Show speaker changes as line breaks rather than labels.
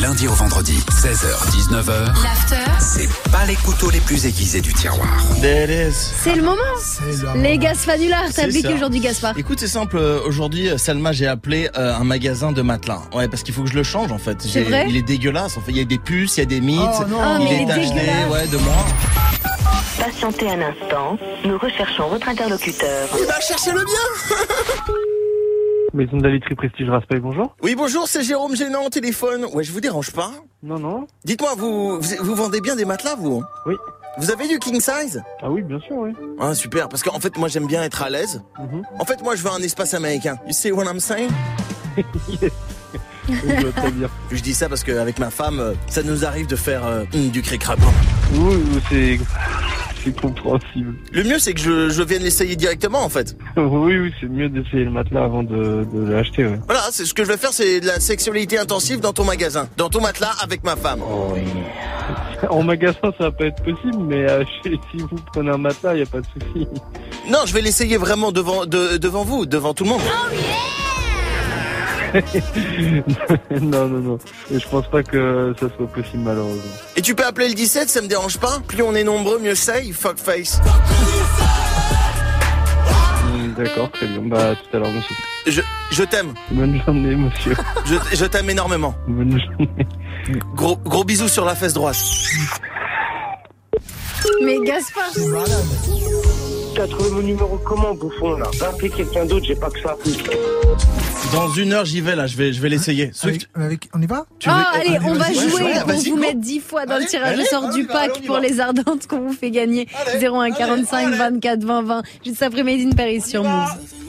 lundi au vendredi, 16h-19h,
L'after,
c'est pas les couteaux les plus aiguisés du tiroir.
There it is.
C'est le moment
C'est le
Les
moment.
Gasfanulars,
C'est
t'as
ça.
piqué aujourd'hui Gaspard
Écoute, c'est simple. euh, Aujourd'hui, euh, Salma, j'ai appelé euh, un magasin de matelas. Ouais, parce qu'il faut que je le change en fait. J'ai-
vrai Ah,
il est dégueulasse. En fait, il y a des puces, il y a des mythes.
Oh, non. Oh,
il,
mais
est
il est
tacheté,
dégueulasse.
ouais, de moi.
Patientez un instant, nous recherchons votre interlocuteur.
Il va chercher le bien.
Maison de la Vitry Prestige Raspail, bonjour.
Oui, bonjour, c'est Jérôme Génant au téléphone. Ouais, je vous dérange pas.
Non, non.
Dites-moi, vous, vous vous vendez bien des matelas, vous hein
Oui.
Vous avez du king size
Ah oui, bien sûr, oui.
Ah super, parce qu'en fait moi j'aime bien être à l'aise.
Mhm.
En fait moi je veux un espace américain. You see what I'm saying
Oui, je vois très bien.
Je dis ça parce qu'avec ma femme, euh, ça nous arrive de faire euh, hum, du cricrabant.
Oui, oui, c'est... c'est compréhensible.
Le mieux c'est que je, je vienne l'essayer directement en fait.
Oui, oui, c'est mieux d'essayer le matelas avant de, de l'acheter, ouais.
Voilà, c'est ce que je vais faire, c'est de la sexualité intensive dans ton magasin, dans ton matelas avec ma femme.
En magasin, ça va pas être possible, mais euh, chez- si vous prenez un matelas, y a pas de souci.
Non, je vais l'essayer vraiment devant de- devant vous, devant tout le monde.
non, non, non. Et je pense pas que ça soit possible, malheureusement.
Et tu peux appeler le 17, ça me dérange pas. Plus on est nombreux, mieux c'est. Fuckface.
Mm, D'accord, très bien. Bah, à tout à l'heure, monsieur.
Je je t'aime.
Bonne journée, monsieur.
Je, je t'aime énormément.
Bonne journée.
Gros gros bisous sur la fesse droite.
Mais Gaspard,
T'as trouvé mon numéro comment, bouffon, là Va appeler quelqu'un d'autre, j'ai pas que ça.
Dans une heure, j'y vais là. Je vais, je vais l'essayer.
Avec, avec- on y va
oh, allez, on va
vas-y,
jouer
ouais,
On
vas-y,
vous
go.
met 10 fois dans
Allez,
le tirage au
allez,
sort
on y
du
va, on
pack
y
pour
va.
les ardentes qu'on vous fait gagner.
Allez,
01 45
allez, allez.
24 20 20. Juste après Made in Paris sur Move.